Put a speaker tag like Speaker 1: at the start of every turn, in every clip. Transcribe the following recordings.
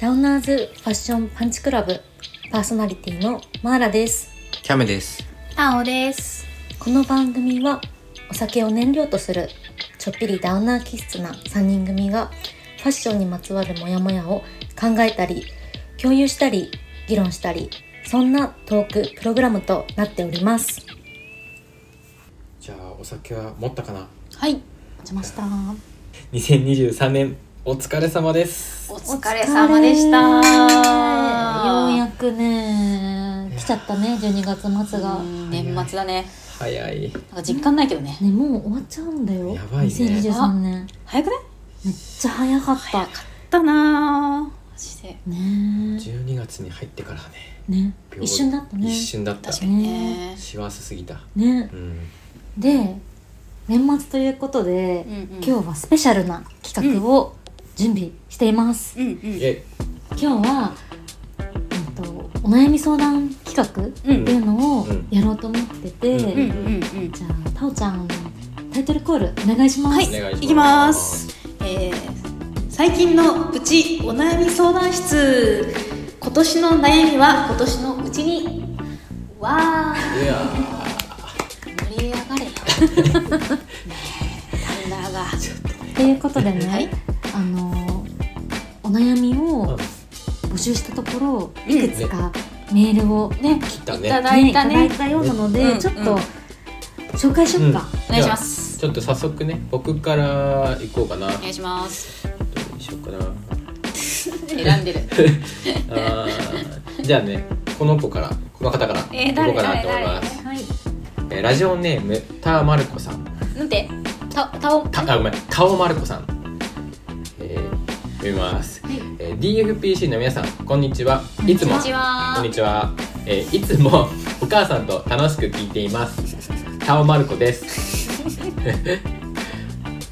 Speaker 1: ラウナーズファッションパンチクラブパーソナリティのマーラです
Speaker 2: キャメです。
Speaker 3: あおです。
Speaker 1: この番組はお酒を燃料とするちょっぴりダウナー気質な3人組がファッションにまつわるモヤモヤを考えたり共有したり議論したりそんなトークプログラムとなっております
Speaker 2: じゃあお酒は持ったかな。
Speaker 3: はい。持ちました。
Speaker 2: 2023年お疲れ様です。
Speaker 3: お疲れ様でした。
Speaker 1: お疲れようやくね来ちゃったね12月末が
Speaker 3: 年末だね。
Speaker 2: 早い。
Speaker 3: なんか実感ないけどね。
Speaker 1: ねもう終わっちゃうんだよ
Speaker 2: やばいね
Speaker 1: 2023年
Speaker 3: 早くね？
Speaker 1: めっちゃ早かった
Speaker 3: だなー。マジで。
Speaker 1: ね
Speaker 2: 12月に入ってからね。
Speaker 1: えね
Speaker 2: 秒
Speaker 1: 一瞬だったね
Speaker 2: 一瞬だった
Speaker 3: 確。かにね。
Speaker 2: 師走すぎた。
Speaker 1: ね
Speaker 2: うん。
Speaker 1: で年末ということで、
Speaker 3: うんうん
Speaker 1: 今日はスペシャルな企画を準備しています、
Speaker 3: うんうん。
Speaker 2: え、
Speaker 1: 今日は、うんと、お悩み相談企画っていうのを
Speaker 2: うん
Speaker 1: やろうと思ってて、
Speaker 2: うん
Speaker 3: うんうんうん。
Speaker 1: じゃあタオちゃんタイトルコールお願いします、
Speaker 3: はい
Speaker 2: お願いします。
Speaker 3: いきます。えー、最近のプチお悩み相談室。今年の悩みは今年のうちに。わー。
Speaker 2: いや
Speaker 3: 盛り上が れよ。ねえタンダーが。
Speaker 1: ということでね、
Speaker 3: はい
Speaker 1: あのお悩み
Speaker 2: ー、
Speaker 1: を募集したところいくつかメールをね、
Speaker 2: 来た
Speaker 3: いた
Speaker 2: ね。
Speaker 3: だいた
Speaker 1: ねい
Speaker 3: ね
Speaker 1: た。だいたようなので、
Speaker 3: うん
Speaker 1: ちょっと紹介しよっか、
Speaker 3: お願いします。
Speaker 2: ちょっと早速ね、僕から行こうかな。ど
Speaker 3: お願いします。
Speaker 2: うにしようか な。
Speaker 3: 選んでる。
Speaker 2: あーじゃあね、この子から、この方から
Speaker 3: え
Speaker 2: 行
Speaker 3: ー、
Speaker 2: こ
Speaker 3: 誰
Speaker 2: うかな
Speaker 3: 誰
Speaker 2: と思い
Speaker 3: 誰
Speaker 2: ます。
Speaker 1: はい
Speaker 2: えーラジオネームターマルコさん。
Speaker 3: なんて、た、たお、
Speaker 2: たあごめんタオマルコさん、えー、読みます、えー DFPC の皆さんこんにちは
Speaker 1: んに
Speaker 2: い
Speaker 1: ち
Speaker 2: つ
Speaker 3: こ
Speaker 2: も
Speaker 3: んにち
Speaker 2: こ
Speaker 3: は
Speaker 2: んに。ちは、えーいつもお母さんと楽しく聞いていますタオマルコです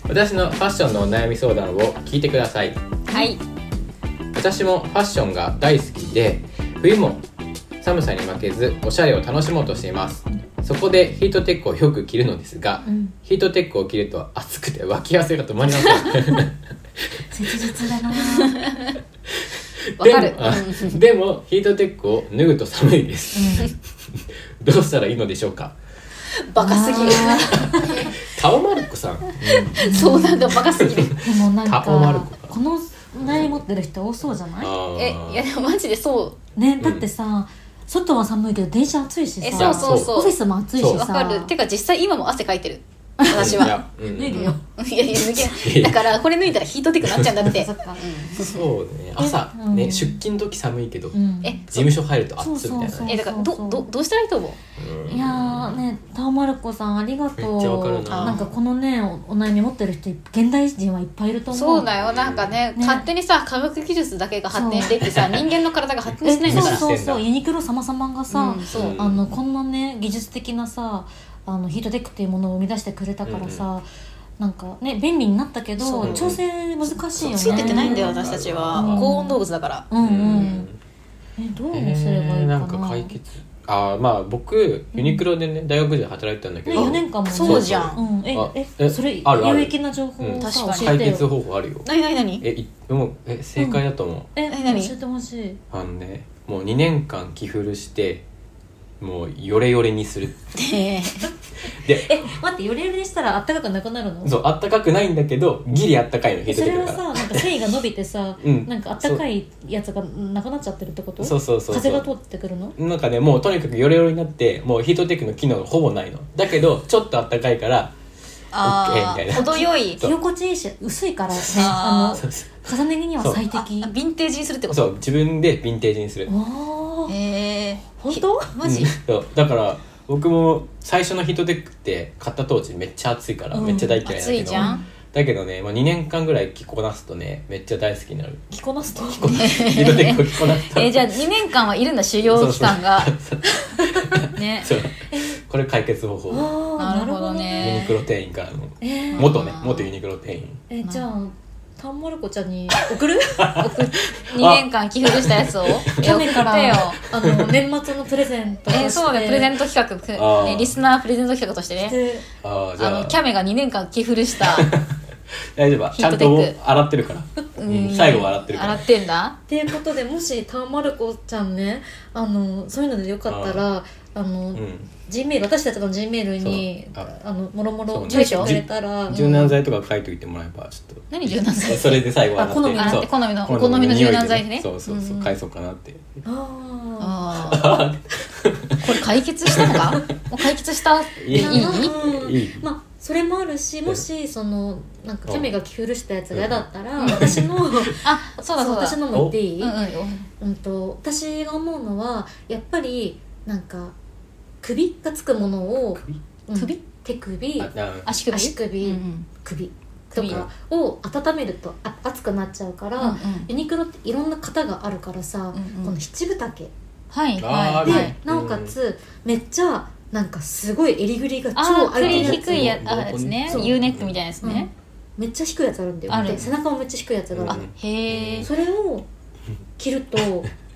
Speaker 2: 私のファッションのお悩み相談を聞いてください
Speaker 3: はい。
Speaker 2: 私もファッションが大好きで冬も寒さに負けずおしゃれを楽しもうとしていますそこでヒートテックをよく着るのですが、
Speaker 1: うん
Speaker 2: ヒートテックを着ると暑くて脇汗が止まりません
Speaker 1: 切実だな
Speaker 3: わかる
Speaker 2: でもあでもヒートテックを脱ぐと寒いです、どうしたらいいのでしょうか
Speaker 3: バカすぎる。
Speaker 2: タオマルコさん、
Speaker 3: そうなんだ、バカすぎる。
Speaker 1: でもなんか
Speaker 2: タオマルコか
Speaker 1: この悩み持ってる人多そうじゃない
Speaker 3: え、いや、でも、マジでそう。
Speaker 1: ねだってさ、外は寒いけど電車暑いし
Speaker 3: え、
Speaker 1: さ
Speaker 3: そうそう
Speaker 2: そ
Speaker 3: そ
Speaker 1: オフィ
Speaker 3: う。
Speaker 1: スも暑いし
Speaker 3: わ
Speaker 1: さ
Speaker 3: かる。てか、実際、今も汗かいてる。私は。
Speaker 2: 脱
Speaker 1: 脱いでよ
Speaker 3: いやいや、脱げない。だから、これ脱いだら、ヒートテックなっちゃうんだ って
Speaker 1: そ。っか
Speaker 2: そうね朝
Speaker 1: うん
Speaker 2: ね出勤の時寒いけど、
Speaker 1: う
Speaker 2: 事
Speaker 1: ん
Speaker 3: え、そう
Speaker 2: 務所入ると暑いみたい
Speaker 1: そ
Speaker 2: な
Speaker 1: う
Speaker 2: ね
Speaker 3: え、だから、ど、ど、どうしたらいいと思う。
Speaker 2: うん
Speaker 1: いやーねタオマルコさんありがとう
Speaker 2: めっちゃわかるなん
Speaker 1: かこのねおお悩み持ってる人現代人はいっぱいいると思う
Speaker 3: そうだよ、なんかね、
Speaker 1: ね
Speaker 3: 勝手にさ、科学技術だけが発展してってさ、人間の体が発展してないんだ
Speaker 1: そう
Speaker 3: から。
Speaker 1: そう
Speaker 2: してん
Speaker 1: そう
Speaker 2: だ
Speaker 1: ユニクロ様様がさ、
Speaker 3: うんそう
Speaker 1: あのこんなね技術的なさあのヒートテックっていうものを生み出してくれたからさ、
Speaker 2: う
Speaker 1: なんかね便利になったけど
Speaker 2: そう
Speaker 1: 調整難しいよね
Speaker 3: ついてってないんだよ、私たちは
Speaker 1: うん。
Speaker 3: 高温動物だから。
Speaker 1: うんうん、
Speaker 2: うん
Speaker 1: えどう
Speaker 2: え
Speaker 1: すればいいかな,、
Speaker 2: ーなんか解決あーまあ僕ユニクロでね大学時代働いてたんだけ
Speaker 1: ね、
Speaker 2: ど、
Speaker 1: 4年間もね
Speaker 3: そうじゃん
Speaker 1: うん、え
Speaker 2: あ
Speaker 1: え
Speaker 2: え
Speaker 1: それ
Speaker 2: あるある
Speaker 1: 有益な情報をさ、
Speaker 3: うん
Speaker 1: 教え
Speaker 2: 解
Speaker 1: て
Speaker 2: 決
Speaker 1: よ
Speaker 2: 方法あるよ
Speaker 3: なになになに
Speaker 2: えいもうえ正解だと思う、
Speaker 1: え
Speaker 3: 何々
Speaker 1: 教えてほしい
Speaker 2: あのねもう2年間着古してもうヨレヨレにす る
Speaker 3: え
Speaker 2: で
Speaker 1: え待ってよりよりしたらあったかくなくなるの
Speaker 2: そうあったかくないんだけどギリあったかいの冷え
Speaker 1: そ
Speaker 2: て
Speaker 1: れ
Speaker 2: く
Speaker 1: は
Speaker 2: るか
Speaker 1: さ
Speaker 2: ら
Speaker 1: なんか繊維が伸びてさ、
Speaker 2: うん
Speaker 1: なんかあったかいやつがなくなっちゃってるってこと
Speaker 2: そうそうそう
Speaker 1: 風
Speaker 2: そ
Speaker 1: が通
Speaker 2: う
Speaker 1: ってくるの
Speaker 2: なんかねもうとにかくヨレヨレになってもうヒートテックの機能がほぼないのだけどちょっとあったかい から
Speaker 3: あ
Speaker 2: オッケーみたい
Speaker 3: あ
Speaker 2: な
Speaker 3: 程よい
Speaker 1: 着心地いいし薄いからねあ
Speaker 3: あ
Speaker 2: そう
Speaker 3: ー
Speaker 1: の重ね着には最適
Speaker 3: ヴィンテージにするってこと
Speaker 2: そう自分でヴィンテージにする
Speaker 1: おー
Speaker 3: ええ
Speaker 1: 本当
Speaker 3: マジ
Speaker 2: うんそうだから僕も最初のヒートテックって買った当時めっちゃ暑いから、
Speaker 1: うん
Speaker 2: めっちゃ大嫌いだ
Speaker 3: 暑
Speaker 2: け
Speaker 3: い
Speaker 2: ど
Speaker 3: じゃん
Speaker 2: だけどね、まあ、2年間ぐらい着こなすとねめっちゃ大好きにな る
Speaker 1: 着こなすと
Speaker 2: ヒートテックを着こなすと
Speaker 3: えーじゃあ2年間はいるんだ修行期間がね
Speaker 2: そうこれ解決方法
Speaker 1: あーな
Speaker 3: な
Speaker 1: る
Speaker 3: る
Speaker 1: ほ
Speaker 3: ほ
Speaker 1: ど
Speaker 3: ど
Speaker 1: ね
Speaker 3: ね
Speaker 2: ユニクロ店員からの
Speaker 1: えー
Speaker 2: 元ね
Speaker 3: あー
Speaker 2: 元ユニクロ店員
Speaker 1: えじゃあタンマルコちゃんに送る
Speaker 3: 2年間寄付したやつを
Speaker 1: キ
Speaker 3: え
Speaker 1: ャ
Speaker 3: 送っ
Speaker 1: メ
Speaker 3: て
Speaker 1: から
Speaker 3: よ
Speaker 1: あの年末のプレゼントとして
Speaker 3: えーそうだねプレゼント企画く
Speaker 2: あー
Speaker 3: えリスナープレゼント企画としてね
Speaker 1: で
Speaker 2: ああじ
Speaker 3: あ
Speaker 2: ゃあ
Speaker 3: のキャメが2年間寄付した
Speaker 2: 大丈夫ちゃん
Speaker 3: ヒートテッ
Speaker 2: と洗ってるから
Speaker 3: うん
Speaker 2: 最後は洗ってるか
Speaker 3: 洗
Speaker 2: ら
Speaker 3: ってんだ
Speaker 1: っていうことでもしタンマルコちゃんねあのそういうのでよかったらあの、
Speaker 2: うん
Speaker 1: G メール私たちの G メールに
Speaker 2: そう
Speaker 1: あのもろも
Speaker 2: そう
Speaker 1: ろ
Speaker 2: ね
Speaker 1: 住所くれたら、
Speaker 2: 柔軟剤とか書いといてもらえばちょっと
Speaker 3: 何柔軟剤
Speaker 2: それで最後洗って
Speaker 1: あ好みの
Speaker 2: そう
Speaker 3: あ好みのお好み
Speaker 2: 匂
Speaker 3: の
Speaker 2: い
Speaker 3: 柔
Speaker 2: で
Speaker 3: 軟剤でね
Speaker 2: そうそうそううん返そうかな って
Speaker 1: あ
Speaker 3: ああこれ解決したのか もう解決した
Speaker 2: い
Speaker 1: ー
Speaker 2: い
Speaker 3: いい
Speaker 1: うん
Speaker 2: いい
Speaker 1: まあそれもあるしもしそのなんかキャメが着古したやつが嫌だったら、私の
Speaker 3: あ そうだそうだ
Speaker 1: 私のも言っていい、
Speaker 3: うんうん
Speaker 1: うんと私が思うのはやっぱりなんか首がつくものを
Speaker 2: 首
Speaker 1: うん
Speaker 3: 首
Speaker 1: 手首
Speaker 2: ああ
Speaker 3: 足首
Speaker 1: 足首、
Speaker 3: うんうん
Speaker 1: 首と
Speaker 3: 首
Speaker 1: かを温めるとあ熱くなっちゃうから、
Speaker 3: うんうん
Speaker 1: ユニクロっていろんな型があるからさ、
Speaker 3: うんうん
Speaker 1: この七分丈で、
Speaker 3: はい
Speaker 2: あ
Speaker 3: はい
Speaker 2: ー
Speaker 3: は
Speaker 2: ね
Speaker 3: い
Speaker 1: なおかつめっちゃなんかすごい襟ぐりが
Speaker 3: あ
Speaker 1: 超
Speaker 3: あ
Speaker 1: ある
Speaker 3: 首
Speaker 1: や
Speaker 3: 低いや
Speaker 2: うん
Speaker 3: あですね
Speaker 1: そう
Speaker 3: U ネックみたいなですね
Speaker 1: めっちゃ低いやつあるんだよ
Speaker 3: ある
Speaker 1: で背中もめっちゃ低いやつがある
Speaker 3: あ
Speaker 2: うん
Speaker 3: へえ
Speaker 1: それを着ると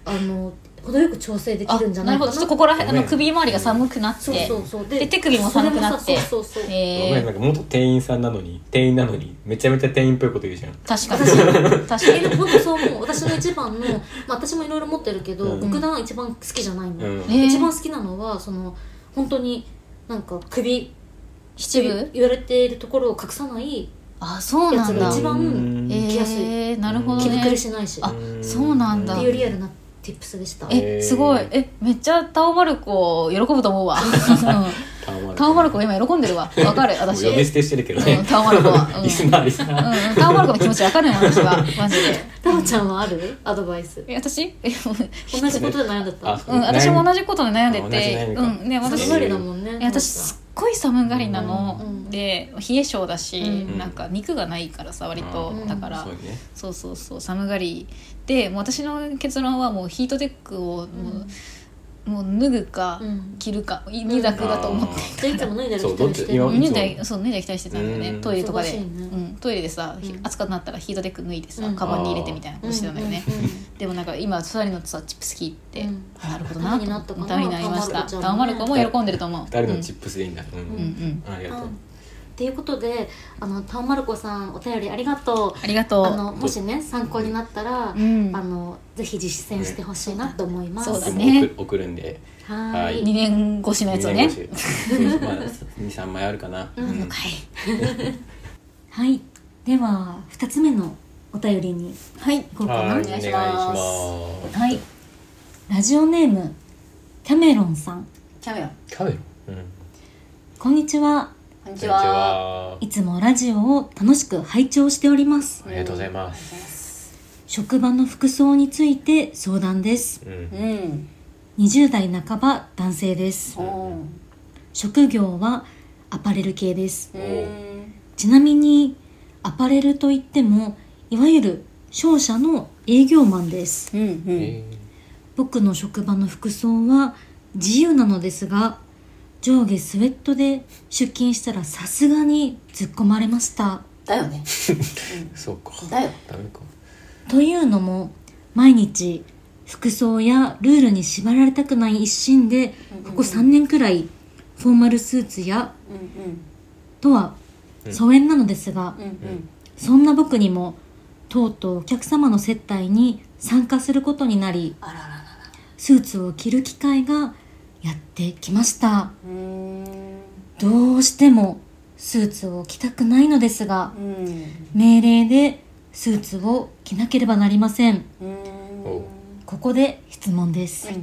Speaker 1: あの程よく調整でき
Speaker 3: あ
Speaker 1: るんじゃ
Speaker 3: な
Speaker 1: ない
Speaker 3: る
Speaker 1: か
Speaker 3: ほ
Speaker 1: な
Speaker 3: どちょっとここら辺あの首周りが寒くなって
Speaker 1: そうそうそう
Speaker 3: で手首も寒くなって
Speaker 1: それもさそうそうそう
Speaker 2: ごめん
Speaker 3: へ
Speaker 2: なん
Speaker 3: え
Speaker 2: か元店員さんなのに店員なのにめちゃめちゃ店員っぽいこと言うじゃん
Speaker 3: 確かに
Speaker 1: 私
Speaker 3: 確か
Speaker 1: え
Speaker 3: に
Speaker 1: でも本当そう思う私の一番の、まあ、私もいろいろ持ってるけど、
Speaker 2: うん
Speaker 1: 極端は一番好きじゃないの、
Speaker 2: うん
Speaker 3: えー
Speaker 1: 一番好きなのはその本当になんか首
Speaker 3: 七分
Speaker 1: 言われているところを隠さない
Speaker 3: あそうなんだ
Speaker 1: やつが一番
Speaker 2: うん
Speaker 1: 着やすい
Speaker 3: えーなるほど
Speaker 1: 着膨れ
Speaker 3: ね
Speaker 1: しないし、
Speaker 3: あ
Speaker 2: うん
Speaker 3: そうなんだ
Speaker 1: っていうリアルな tips でした
Speaker 3: えすごいえめっちゃタオマルコ喜ぶと思 うわうん
Speaker 2: タオマル
Speaker 3: タオマルコ今喜んでるわわかる
Speaker 2: もう
Speaker 3: 私
Speaker 2: 呼び捨てしてるけど
Speaker 3: う
Speaker 2: ね
Speaker 3: んタオマルコはうん
Speaker 2: リスナーリスナー
Speaker 3: うんうん、タオマルコの気持ちわかるの私はマ ジで
Speaker 1: タオちゃんはあるアドバイス
Speaker 3: え私え
Speaker 1: 同じことで悩んだった
Speaker 2: あ
Speaker 3: うん私も同じことで悩んで
Speaker 2: あ同じ
Speaker 3: て
Speaker 2: 悩みか
Speaker 3: うんね
Speaker 1: 私
Speaker 3: 私
Speaker 1: 無理だもんね
Speaker 3: え私すっごい寒がりなの、
Speaker 1: うん
Speaker 3: で冷え性だし、
Speaker 1: うん
Speaker 3: なんか肉がないからさ割と、
Speaker 1: うん
Speaker 3: だから、
Speaker 2: そうね
Speaker 3: そうそうそう寒がりでもう私の結論はもうヒートテックをもう,、もう脱ぐか、
Speaker 1: うん
Speaker 3: 着るか二択だと思って
Speaker 2: あ
Speaker 1: じゃあいつも脱いだり着たりして
Speaker 2: そうどっち今
Speaker 3: 脱いだりそう脱いだり期待してたんだよね、
Speaker 2: うん
Speaker 3: トイレとかで、
Speaker 1: 忙しいね
Speaker 3: うん、トイレでさ、ひ
Speaker 1: うん
Speaker 3: 暑くなったらヒートテック脱いでさ、
Speaker 1: うん
Speaker 3: カバンに入れてみたいなことしてたんだよね、
Speaker 1: うんうんうん
Speaker 3: でもなんか今隣のさチップスキーって、
Speaker 1: うん
Speaker 3: なるほどなと思って
Speaker 1: ために
Speaker 3: ために
Speaker 1: な
Speaker 3: な
Speaker 1: った
Speaker 3: り
Speaker 1: かな
Speaker 3: ました
Speaker 1: タ
Speaker 3: タ
Speaker 1: オ
Speaker 3: オ
Speaker 1: マ
Speaker 3: マ
Speaker 1: ル
Speaker 3: ル
Speaker 1: コ
Speaker 3: コ
Speaker 1: も
Speaker 3: も
Speaker 1: ね
Speaker 3: 喜んでると思う
Speaker 2: 二人のチップスでいいんだう
Speaker 3: うんうんん
Speaker 2: ありがとう
Speaker 1: っていうことであのタオマルコさんお便りありがと
Speaker 3: ありが
Speaker 1: う
Speaker 3: とう
Speaker 1: あのもしね参考になったら、
Speaker 3: うん
Speaker 1: あのぜひ実践してほしいなと思います。
Speaker 3: そうだ
Speaker 2: 僕
Speaker 3: ね
Speaker 2: も送る送るんで
Speaker 1: は
Speaker 2: は
Speaker 1: ー
Speaker 2: い
Speaker 1: い。
Speaker 3: 2年越しのやつをね
Speaker 2: 23枚あるかな
Speaker 1: うん
Speaker 2: うん
Speaker 1: はい。では二つ目のお便りに
Speaker 3: はい
Speaker 1: 行こうかな。
Speaker 2: はいお願
Speaker 3: 願
Speaker 2: い
Speaker 3: い
Speaker 2: し
Speaker 3: し
Speaker 2: ま
Speaker 3: ます
Speaker 2: す
Speaker 1: はい。ラジオネームキャメロンさん。
Speaker 3: キャメロ
Speaker 2: カメラうん
Speaker 1: こんにちは。
Speaker 3: こ
Speaker 2: こん
Speaker 3: んに
Speaker 2: にち
Speaker 3: ちは
Speaker 2: はい
Speaker 1: つもラジオを楽しく拝聴しております
Speaker 2: あ。りがとうございます
Speaker 1: 職場の服装について相談です。
Speaker 2: うん
Speaker 3: うん
Speaker 1: 20代半ば男性です。
Speaker 3: おー
Speaker 1: 職業はアパレル系です。
Speaker 3: う
Speaker 2: お
Speaker 3: ーん
Speaker 1: ちなみにアパレルといってもいわゆる商社の営業マンです
Speaker 3: うんう
Speaker 2: え
Speaker 3: ん
Speaker 1: 僕の職場の服装は自由なのですが上下スウェットで出勤したらさすがに突っ込まれました
Speaker 3: だよね
Speaker 2: ーそうか
Speaker 3: だよ
Speaker 2: ダメか
Speaker 1: というのも毎日服装やルールに縛られたくない一心でここ3年くらいフォーマルスーツや
Speaker 3: うん
Speaker 1: とは
Speaker 2: うん
Speaker 1: 疎遠なのですが
Speaker 3: うんうんうん
Speaker 1: そんな僕にもとうとうお客様の接待に参加することになり
Speaker 3: あらららら
Speaker 1: スーツを着る機会がやってきました
Speaker 3: うーん
Speaker 1: どうしてもスーツを着たくないのですが
Speaker 3: うん
Speaker 1: 命令でスーツを着なければなりません
Speaker 3: うー
Speaker 2: おうん
Speaker 1: ここで質問です、
Speaker 3: うん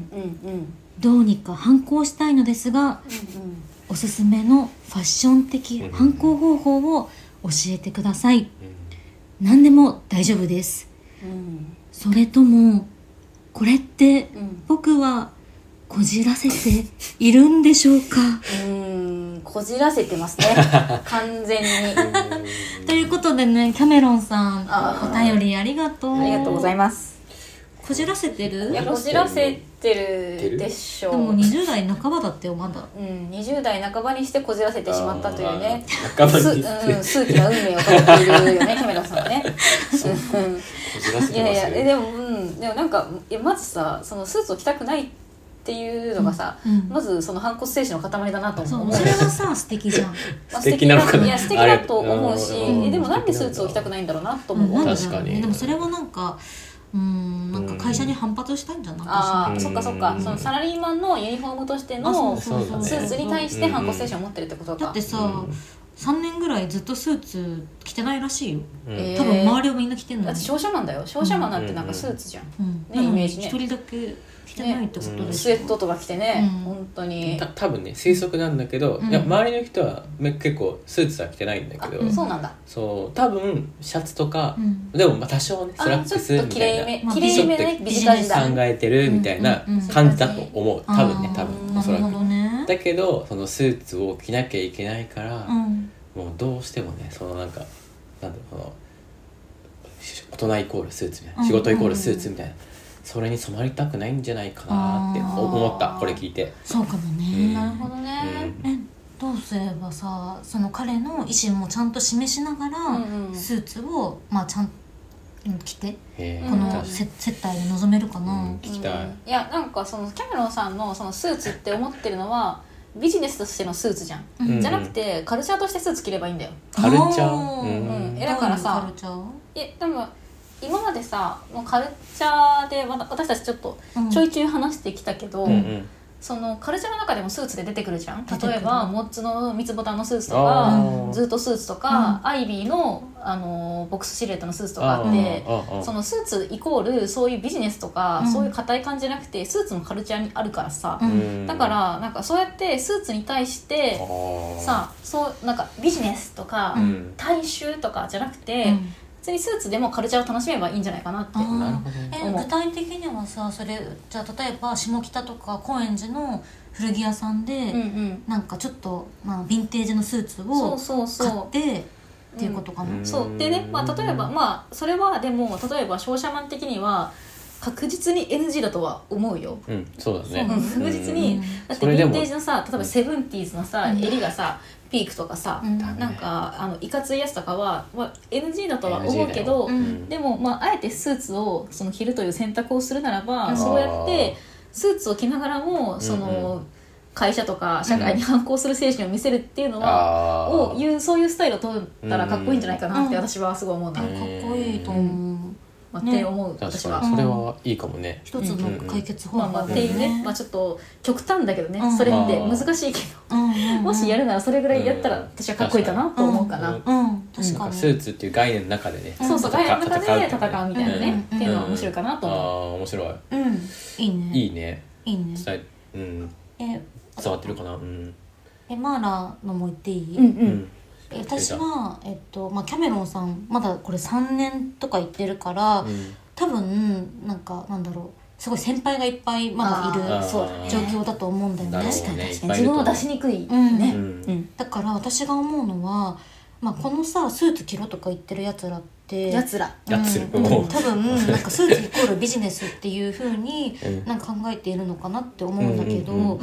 Speaker 3: うんうん
Speaker 1: どうにか反抗したいのですが
Speaker 3: うん
Speaker 1: おすすめのファッション的反抗方法を教えてください何でも大丈夫です
Speaker 3: うん
Speaker 1: それともこれって
Speaker 3: うん
Speaker 1: 僕はこじらせているんでしょうか
Speaker 3: うんこじらせてますね完全に
Speaker 1: ということでねキャメロンさん
Speaker 3: あ
Speaker 1: お便りありがとう
Speaker 3: ありがとうございます
Speaker 1: すこじらせてる
Speaker 3: いやこじらせてるでしょ
Speaker 1: で
Speaker 3: う
Speaker 1: も20代半ばだってよまだ
Speaker 3: うん、20代半ばにしてこじらせてしまったというね
Speaker 2: あー半
Speaker 3: す、
Speaker 2: ば
Speaker 3: う
Speaker 2: に
Speaker 3: ん、
Speaker 2: してこ
Speaker 3: 数奇な運命をかけているよねキャメラさんはね。うん
Speaker 2: じらせ
Speaker 3: い
Speaker 2: て
Speaker 3: や
Speaker 2: ま
Speaker 3: いや
Speaker 2: す
Speaker 3: え
Speaker 2: よ
Speaker 3: でも、うん、でもなんかいやまずさそのスーツを着たくないっ
Speaker 4: っていうのがさ、
Speaker 1: うん
Speaker 4: まずその反骨精神の塊だなと
Speaker 1: そ
Speaker 4: 思う
Speaker 1: うそれはさ素敵じゃん
Speaker 4: まあ
Speaker 2: 素敵なのかない
Speaker 4: や素敵だと思う
Speaker 2: あ
Speaker 4: し
Speaker 2: れうん
Speaker 4: えでもなんでスーツを着たくないんだろうなと
Speaker 1: うん
Speaker 4: も
Speaker 1: なん
Speaker 4: 思
Speaker 1: で
Speaker 4: う
Speaker 1: だろうね
Speaker 2: 確かに
Speaker 1: でもそれはなんかうんなんか会社に反発したんじゃない
Speaker 4: あ
Speaker 2: うん
Speaker 4: あそっかそっかそのサラリーマンのユニフォームとしての
Speaker 1: あ
Speaker 4: ス
Speaker 1: そうそうそう
Speaker 4: ーツに対して反骨精神を持ってるってこと
Speaker 1: だっ
Speaker 4: か
Speaker 1: てさ、3年ぐらいずっとスーツ着てないらしいよ
Speaker 2: うん
Speaker 4: え
Speaker 1: 多分周りはみんな着てんの
Speaker 4: だ
Speaker 1: よ
Speaker 4: って商社マンだよ商社マンなんてなんかスーツじゃん
Speaker 1: うん
Speaker 4: ねイメージね
Speaker 1: 一人だけ着てないってことで
Speaker 4: スウェットとか着てね
Speaker 1: うん
Speaker 4: 本当に
Speaker 2: た多分ね推測なんだけど、
Speaker 1: うん
Speaker 2: いや周りの人はめ結構スーツは着てないんだ
Speaker 4: あ
Speaker 2: けど、
Speaker 4: そうなんだ
Speaker 2: そう多分シャツとか
Speaker 1: う、ん
Speaker 2: でもまあ多少ねスラッ
Speaker 4: あち
Speaker 2: ク
Speaker 4: ょっ
Speaker 2: スみ
Speaker 4: とき
Speaker 2: た
Speaker 4: れい
Speaker 2: い
Speaker 4: め
Speaker 2: な
Speaker 1: まあ
Speaker 4: きれ
Speaker 2: ちょ
Speaker 4: いめ
Speaker 2: っ
Speaker 4: ね
Speaker 2: と
Speaker 4: ビジター時代
Speaker 2: 考えてるみたいな
Speaker 1: うんうんうん
Speaker 2: 感じだと思う多分ね
Speaker 1: あー
Speaker 2: 多分
Speaker 1: な
Speaker 2: おそ
Speaker 1: る
Speaker 2: ら
Speaker 1: ほ
Speaker 2: く。
Speaker 1: どね
Speaker 2: だけどそのスーツを着なきゃいけないから、
Speaker 1: うん
Speaker 2: もうどうしてもねそのなんかなんだろうこのし大人イコールスーツみたいな、
Speaker 1: うん
Speaker 2: 仕事イコールスーツみたいな、それに染まりたくないんじゃないかなって
Speaker 1: あー
Speaker 2: 思ったこれ聞いて。
Speaker 1: そうかも
Speaker 2: うん
Speaker 1: ね
Speaker 4: なるほどね
Speaker 1: えどうすればさその彼の意思もちゃんと示しながら、
Speaker 4: うんうん
Speaker 1: スーツをまあちゃんうん着て
Speaker 2: えー
Speaker 1: この
Speaker 2: 確か
Speaker 1: せ、接待で臨めるかな、
Speaker 2: うん聞きたい、
Speaker 4: うんいやなんかそのキャメロンさんのそのスーツって思ってるのはビジネスとしてのスーツじゃん、
Speaker 1: うん
Speaker 2: うん
Speaker 4: じゃなくてカルチャーとしてスーツ着ればいいんだよ、
Speaker 2: カルチャー
Speaker 1: お
Speaker 2: う
Speaker 4: うん
Speaker 2: ん
Speaker 4: えだからさ
Speaker 1: カルチャ
Speaker 4: えでも今までさもうカルチャーでわた私たちちょっと
Speaker 1: ー、うん
Speaker 4: ちょいちょい話してきたけど、
Speaker 2: うんうん
Speaker 4: そのカルチャーの中でもスーツで出てくるじゃん
Speaker 1: 出てくる
Speaker 4: 例えばモッツの三つボタンのスーツと
Speaker 2: あ
Speaker 4: か
Speaker 2: ー
Speaker 4: ズートスーツとか、アイビーの、あのボックスシルエットのスーツとかあって
Speaker 2: あーあー
Speaker 4: そのスーツイコールそういうビジネスとか、
Speaker 1: うん
Speaker 4: そういう硬い感じじゃなくてスーツのカルチャーにあるからさ、
Speaker 1: う
Speaker 2: うん
Speaker 1: ん
Speaker 4: だからなんかそうやってスーツに対して
Speaker 2: あー
Speaker 4: さそうなんかビジネスとか、
Speaker 2: うん
Speaker 4: 大衆とかじゃなくて、
Speaker 1: うん
Speaker 4: 普通にスーツでもカルチャーを楽しめばいいんじゃないかなって
Speaker 1: あー
Speaker 2: なるほどね
Speaker 1: え具体的にはさそれじゃあ例えば下北とか高円寺の古着屋さんで、
Speaker 4: うんうん
Speaker 1: なんかちょっと、まあ、ヴィンテージのスーツ
Speaker 4: そう
Speaker 1: を
Speaker 4: そうそ
Speaker 1: 買っ
Speaker 4: う
Speaker 1: てっていうことかな、
Speaker 2: うん
Speaker 4: そうでね、まあ、例えばまあそれはでも例えば商社マン的には確実に NG だとは思うよ
Speaker 2: うんそうだね
Speaker 1: そう
Speaker 4: 確実
Speaker 1: う
Speaker 4: に
Speaker 1: ん
Speaker 4: だって
Speaker 2: そ
Speaker 4: ヴ
Speaker 2: れで
Speaker 4: ィ
Speaker 2: も
Speaker 4: ンテージのさ例えばセブンティーズのさ、
Speaker 1: うん
Speaker 4: 襟がさピークとかさ、
Speaker 1: うん
Speaker 2: だね
Speaker 4: なんかあのいかついやつとかは、まあ、NG だとは思うけ
Speaker 2: NG だ
Speaker 4: ど、
Speaker 2: よ
Speaker 1: うん
Speaker 2: うん
Speaker 4: でも、まあ、あえてスーツをその着るという選択をするならば、
Speaker 1: うん
Speaker 4: そうやってスーツを着ながらもその、
Speaker 2: うんう
Speaker 4: 会社とか社会に反抗する精神を見せるっていうのは、
Speaker 2: あー
Speaker 4: をいうそういうスタイルを取ったらかっこいいんじゃないかなっ
Speaker 1: う
Speaker 4: て
Speaker 1: ん
Speaker 4: 私はすごい思うな、
Speaker 2: うん
Speaker 1: かっこいいと思う、
Speaker 4: まあって思う
Speaker 2: 確
Speaker 4: 私
Speaker 2: か
Speaker 4: は。
Speaker 2: にそれはいいかもね
Speaker 1: 一つの解決方
Speaker 4: まあまあ
Speaker 1: 法
Speaker 4: っていうね、まあ、ちょっと極端だけどね、
Speaker 1: うん
Speaker 4: それって難しいけど、もしやるならそれぐらいやったら
Speaker 2: うん
Speaker 4: 私はかっこいいかなと思うかな、
Speaker 2: うん
Speaker 1: うん確
Speaker 2: なん
Speaker 1: か
Speaker 2: か
Speaker 1: に
Speaker 2: スーツっていう概念の中でね
Speaker 1: うん
Speaker 4: そうそう
Speaker 2: 戦
Speaker 4: 外
Speaker 2: う
Speaker 4: 野の中で戦うみたいなね、
Speaker 1: うん
Speaker 4: っていうのは面白いかなと
Speaker 2: あ
Speaker 4: 思う、
Speaker 2: あ面白い
Speaker 1: うんいいね
Speaker 2: いいね
Speaker 1: いいね
Speaker 2: 伝えうん
Speaker 1: え
Speaker 2: 伝わってるかなうん
Speaker 1: えマーラのも言っていい、
Speaker 4: うん
Speaker 2: う
Speaker 4: う
Speaker 2: ん
Speaker 1: え私は、えっとまあ、キャメロンさんまだこれ3年とか言ってるから、
Speaker 2: うん
Speaker 1: 多分なんかなんだろうすごい先輩がいっぱいまだい
Speaker 4: あ
Speaker 1: る
Speaker 4: ーそうだね
Speaker 1: 状況だと思うんだよ
Speaker 2: なる
Speaker 1: ね
Speaker 2: ほど
Speaker 4: 確かに
Speaker 2: ね
Speaker 4: 確
Speaker 2: い
Speaker 4: か
Speaker 2: っぱい
Speaker 4: に
Speaker 2: い
Speaker 4: 自
Speaker 2: ると
Speaker 4: 分
Speaker 2: 思
Speaker 4: を
Speaker 2: う
Speaker 4: 出しにくいね、
Speaker 1: うん
Speaker 2: うん
Speaker 1: だから私が思うのは、まあ、このさスーツ着ろとか言ってるやつらって
Speaker 4: やつら
Speaker 1: うん
Speaker 2: やつら
Speaker 1: うん多分なんかスーツイコールビジネスっていうふうに
Speaker 2: うん
Speaker 1: なんか考えているのかなって思うんだけど、
Speaker 2: うんうんう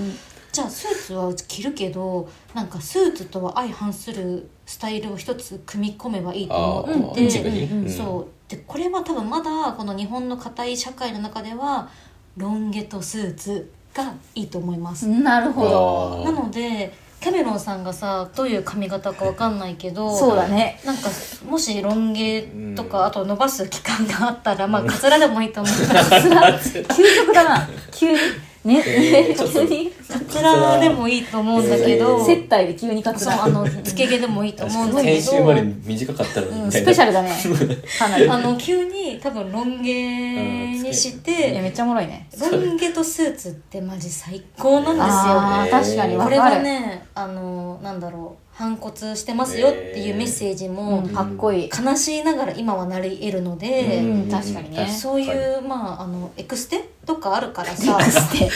Speaker 1: じゃあスーツは着るけどなんかスーツとは相反するスタイルを一つ組み込めばいいと
Speaker 2: あ
Speaker 1: 思っ
Speaker 2: あ
Speaker 1: て
Speaker 2: 一
Speaker 1: て、
Speaker 2: 部に
Speaker 4: うん
Speaker 2: ん
Speaker 1: そうでこれは多分まだこの日本の固い社会の中ではロン毛とスーツがいいと思います。
Speaker 4: なるほど
Speaker 2: あ
Speaker 1: な
Speaker 2: ー
Speaker 1: のでキャメロンさんがさどういう髪型かわかんないけど
Speaker 4: そう だね
Speaker 1: なんかもしロン毛と
Speaker 2: うん
Speaker 1: かあと伸ばす期間があったらまあカツラでもいいと思うん だけど
Speaker 4: つら究極だな急にね、
Speaker 2: えーちょっと
Speaker 4: 急に
Speaker 1: カツラでもいいと思うんだけど、
Speaker 4: 接待で急に勝つ
Speaker 1: そうあ のつけ毛でもいいと思うんだけ
Speaker 2: 先週まで
Speaker 1: ど。
Speaker 2: 短かったのに
Speaker 4: うん
Speaker 2: みたい
Speaker 4: ス
Speaker 2: な
Speaker 4: ペシャルだね かなりい
Speaker 1: あの急に多分ロン毛にし
Speaker 4: や
Speaker 1: て、
Speaker 4: めっちゃおもろいね
Speaker 1: ロン毛とスーツってマジ最高なんですよ
Speaker 4: あー確かに
Speaker 1: こ
Speaker 4: わ
Speaker 1: れ
Speaker 4: か
Speaker 1: は
Speaker 4: る、
Speaker 1: ねあのなんだろう反骨してますよっていうメッセージも、
Speaker 4: うんかっこいい、
Speaker 1: 悲しいながら今はなり得るので、
Speaker 4: うん確かにね
Speaker 1: そういう、まああのエクステとかあるからさ
Speaker 4: エクステ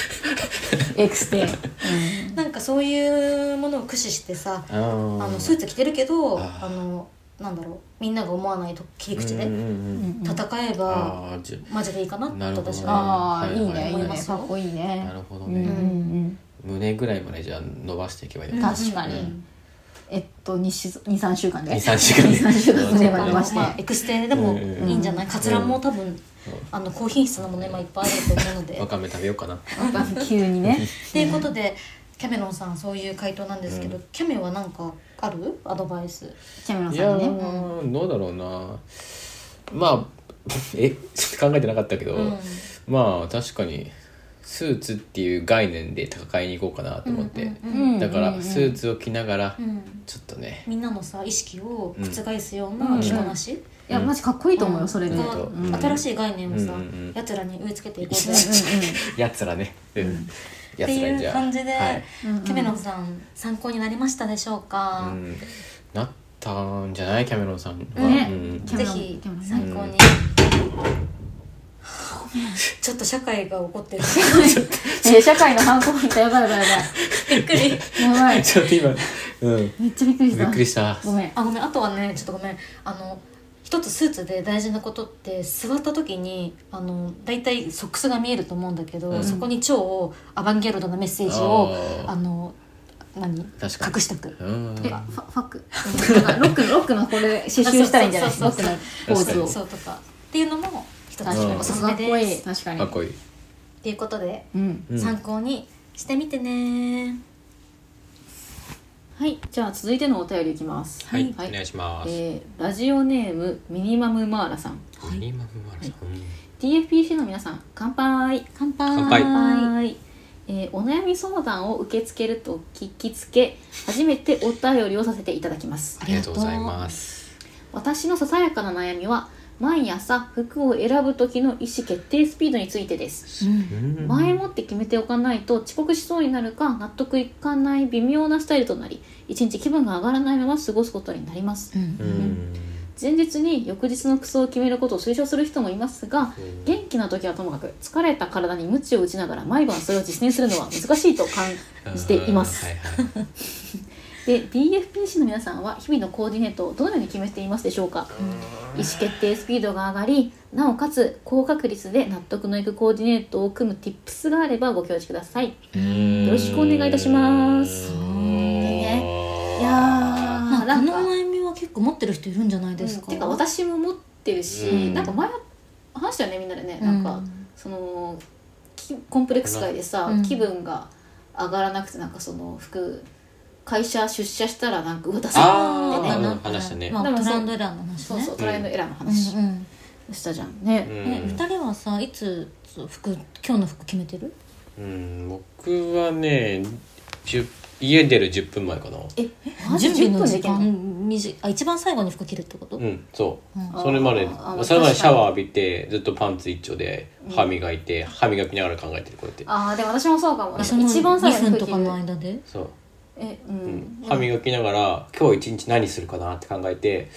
Speaker 4: エクステ、
Speaker 1: なんかそういうものを駆使してさ、
Speaker 2: あの
Speaker 1: あのスーツ着てるけど
Speaker 2: あ
Speaker 1: あのなんだろうみんなが思わないと切り口
Speaker 2: うんう
Speaker 1: で
Speaker 2: んう
Speaker 4: うん
Speaker 2: ん
Speaker 4: うん
Speaker 1: 戦えば、
Speaker 2: あーじ
Speaker 1: マジでいいかなって
Speaker 2: なるほど
Speaker 1: 私は
Speaker 4: ああいい
Speaker 2: はいはい
Speaker 4: ねいい
Speaker 1: 思い
Speaker 4: ね
Speaker 1: ます
Speaker 4: かっこいいね
Speaker 2: ゃなるほど
Speaker 4: うんう
Speaker 2: ね
Speaker 4: ん
Speaker 2: 胸ぐらいまでじゃあ伸ばしていけばいい
Speaker 4: うん、
Speaker 2: のか
Speaker 4: 確かに、
Speaker 2: うん
Speaker 4: えっと23週間で
Speaker 2: 23週間で
Speaker 4: 23週間
Speaker 1: そう
Speaker 4: で
Speaker 1: あ
Speaker 4: 伸
Speaker 1: の
Speaker 4: ばして、
Speaker 1: まあ、エクステでも
Speaker 2: うん
Speaker 1: いいんじゃない、カツラも多分あの高品質なもの今いっぱいあると思うので
Speaker 2: わかめ食べようかな
Speaker 4: 急に ね
Speaker 1: っていうことでキャメロンさんそういう回答なんですけど、
Speaker 2: うん
Speaker 1: キャメは何かあるアドバイス
Speaker 4: キャメロン
Speaker 2: い
Speaker 4: さ
Speaker 2: や
Speaker 4: んにね
Speaker 2: ーどうだろうなまあ えちょっと考えてなかったけど、
Speaker 1: うん
Speaker 2: まあ確かにスーツっていう概念で戦いに行こうかなと思って、
Speaker 1: うん
Speaker 4: うん
Speaker 2: だか
Speaker 4: うんうん
Speaker 2: らスーツを着ながら
Speaker 1: うん
Speaker 2: ちょっとね、
Speaker 1: みんなのさ意識を覆すような着こなし、
Speaker 4: いやマジかっこいいと思う
Speaker 1: う
Speaker 4: よ
Speaker 1: ん
Speaker 4: それで
Speaker 2: ね
Speaker 1: が
Speaker 2: うん
Speaker 1: 新しい概念をさ、
Speaker 2: うんうんうん
Speaker 1: やつらに植え付けてい こうぜ
Speaker 4: う
Speaker 2: やつらね、う
Speaker 1: っ
Speaker 2: ん、や
Speaker 1: て
Speaker 2: つらに
Speaker 1: い
Speaker 2: じ
Speaker 1: う
Speaker 2: ゃあ
Speaker 1: 感じで、
Speaker 2: はい
Speaker 4: んうん
Speaker 1: キャメロンさん参考になりましたでしょう
Speaker 2: う
Speaker 1: か、
Speaker 2: ん、なったんじゃないキャメロンさんは、
Speaker 4: ね
Speaker 2: うん
Speaker 4: キャメ
Speaker 1: ぜ
Speaker 4: ロン
Speaker 1: ひ
Speaker 4: キャメロン
Speaker 1: 参考に、ちょっと社会が起こってる
Speaker 4: んえ社会の反抗期だやばいやばいや
Speaker 1: びっくり
Speaker 4: ばいやばい
Speaker 2: ちょっと今、うん、
Speaker 4: めっちゃびっくりし
Speaker 2: びったくりした
Speaker 4: ごめん
Speaker 1: あごめんあとはねちょっとごめんあの一つスーツで大事なことって座った時にあの大体ソックスが見えると思うんだけど、
Speaker 2: うん
Speaker 1: そこに超アバンギャルドなメッセージを
Speaker 2: あー
Speaker 1: あの何
Speaker 2: 確かに
Speaker 1: 隠したく
Speaker 2: うん
Speaker 4: えファファクなんかロックのロックのこれ刺繍したらいいんじゃない
Speaker 1: あ
Speaker 4: ロ
Speaker 1: そう
Speaker 4: ッ
Speaker 1: そ
Speaker 4: ク
Speaker 1: うそう
Speaker 4: のポーズを
Speaker 1: そうとかっていうのも一つ
Speaker 2: 確かに
Speaker 1: おすす
Speaker 4: か
Speaker 1: め
Speaker 4: っこい
Speaker 1: で
Speaker 4: い
Speaker 1: す
Speaker 4: 確かに
Speaker 2: かっこいい
Speaker 1: っていうことで
Speaker 4: うん
Speaker 2: うん
Speaker 1: 参考にしてみてね
Speaker 4: はいじゃあ続いてのお便りいきます
Speaker 2: はい、お願いします、
Speaker 4: えーラジオネームミニマムマーラさん
Speaker 2: ミニマムマラソン、
Speaker 4: TFPC の皆さん乾杯
Speaker 1: 乾杯
Speaker 2: 乾杯
Speaker 4: はい、えーお悩み相談を受け付けると聞きつけ初めてお便りをさせていただきます
Speaker 2: ありがとうございます
Speaker 4: 私のささやかな悩みは毎朝服を選ぶ時の意思決定スピードについてです
Speaker 2: うん
Speaker 4: 前もって決めておかないと遅刻しそうになるか納得いかない微妙なスタイルとなり一日気分が上がらないまま過ごすことになります
Speaker 2: うん
Speaker 4: 前日に翌日の服装を決めることを推奨する人もいますが元気な時はともかく疲れた体に鞭を打ちながら毎晩それを実践するのは難しいと感じています
Speaker 2: はいはい
Speaker 4: で BFPC の皆さんは日々のコーディネートをどのように決めていますでしょうか意思決定スピードが上がりなおかつ高確率で納得のいくコーディネートを組む Tips があればご教示ください
Speaker 2: よ
Speaker 4: ろしくお願いいたしますいや
Speaker 1: まあ、
Speaker 4: なん
Speaker 1: こ
Speaker 4: か
Speaker 1: の悩みは結構持ってる人いるんじゃないですか、
Speaker 4: てか私も持ってるし、
Speaker 2: うん
Speaker 4: なんか前話したよねみんなでね、なんかそのきコンプレックス界でさ、
Speaker 1: うん
Speaker 4: 気分が上がらなくてなんかその服会社出社したらなんかうわダサい
Speaker 2: あー
Speaker 4: ってね
Speaker 2: うん話したね
Speaker 1: まあ、
Speaker 4: で
Speaker 1: ト
Speaker 4: もそう
Speaker 1: ランドエラーの話ね
Speaker 4: そうそう
Speaker 2: ね
Speaker 4: トライアンドエラーの話
Speaker 1: うんうん
Speaker 4: したじゃんね、
Speaker 1: ね、二人はさいつ服今日の服決めてる
Speaker 2: うん僕はね10家出る10分前かな
Speaker 4: えマジ
Speaker 1: 準備の時
Speaker 4: 10分でいけん
Speaker 1: 間短いあ一番最後に服着るってこと、
Speaker 2: うんそう、
Speaker 1: うん
Speaker 2: それまで
Speaker 4: あー
Speaker 2: それまでシャワー浴びてずっとパンツ一丁で歯磨いて、歯磨きながら考えてるこうやって
Speaker 4: ああでも私もそうかもなん
Speaker 1: そ
Speaker 4: か
Speaker 1: の
Speaker 4: 一番最後
Speaker 1: 2
Speaker 4: に
Speaker 1: 分
Speaker 4: 服
Speaker 1: と
Speaker 4: 着
Speaker 1: か
Speaker 4: る
Speaker 1: の間で
Speaker 2: そう、
Speaker 4: えうん、
Speaker 2: うん歯磨きながら今日一日何するかなって考えて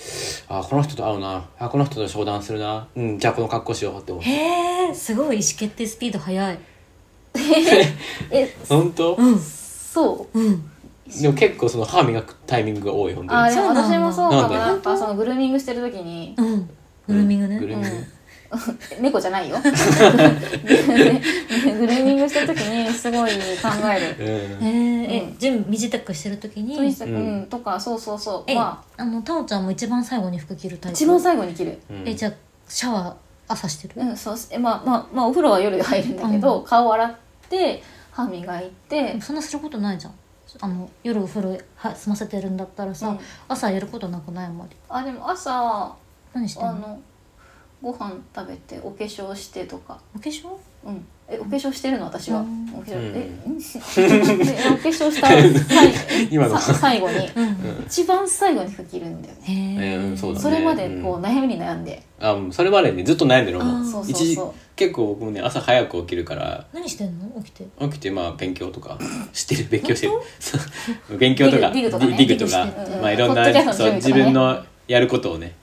Speaker 2: あーこの人と会うなあーこの人と商談するなうんじゃあこの格好しようって思って
Speaker 1: へえすごい意思決定スピード速い
Speaker 4: え
Speaker 2: 本当、
Speaker 1: うん
Speaker 4: そう
Speaker 1: うん
Speaker 2: でも結構その歯磨くタイミングが多い本当
Speaker 4: あー
Speaker 2: に
Speaker 4: でも
Speaker 1: そうなんだ
Speaker 2: なん
Speaker 4: 私もそうかも
Speaker 2: で
Speaker 4: やっぱそのグルーミングしてる時に
Speaker 1: うんグルーミングね、
Speaker 2: グルーミング
Speaker 4: 猫じゃないよ グルーミングしてる時にすごい考える
Speaker 2: うん
Speaker 1: へええ、
Speaker 4: うん
Speaker 1: 準備短くしてる時に
Speaker 4: そうしたく
Speaker 2: うん
Speaker 4: んとかそうそうそう
Speaker 1: え、
Speaker 4: ま
Speaker 1: あのタオちゃんも一番最後に服着るタ
Speaker 4: あ
Speaker 1: イプ
Speaker 4: 一番最後に切る
Speaker 2: うん
Speaker 1: えじゃあシャワー朝してる、
Speaker 4: うんそうえまあまあまあお風呂は夜入るんだけど、顔洗って歯磨い
Speaker 1: で
Speaker 4: て
Speaker 1: もそんなすることないじゃんあの夜お風呂は済ませてるんだったらさ、
Speaker 4: うん
Speaker 1: 朝やることなくないあんまり
Speaker 4: あでも朝
Speaker 1: 何してん
Speaker 4: あ
Speaker 1: の
Speaker 4: のご飯食べてお化粧してとか
Speaker 1: お化粧
Speaker 4: うんえお化粧してるの私は、
Speaker 1: うん
Speaker 4: お化
Speaker 2: う
Speaker 4: 粧
Speaker 2: ん
Speaker 4: えんえお化粧した最
Speaker 2: 今の
Speaker 4: さ最後に
Speaker 1: うん、
Speaker 4: 一番最後に服着るんだよね
Speaker 2: え
Speaker 1: へ
Speaker 2: ーうんそうだね
Speaker 4: それまでこ
Speaker 2: う
Speaker 4: うん悩みに悩んで、
Speaker 2: あもうそれまでねずっと悩んでるも
Speaker 1: あー
Speaker 2: ん
Speaker 4: そうそう
Speaker 2: 一時
Speaker 4: そ
Speaker 2: 結構僕もね朝早く起きるから
Speaker 1: 何してんの起きて
Speaker 2: 起きてまあ勉強とかしてる勉強してるそう勉強とか
Speaker 4: ディグディグとかね
Speaker 2: ディグと
Speaker 1: ディグ
Speaker 2: か
Speaker 4: してる
Speaker 2: まあ
Speaker 4: うん
Speaker 2: いろん
Speaker 4: ポッドキャ
Speaker 2: な
Speaker 4: ス
Speaker 2: そう
Speaker 4: トの
Speaker 2: 自
Speaker 4: 準備
Speaker 2: 分
Speaker 4: とか
Speaker 2: のやることをね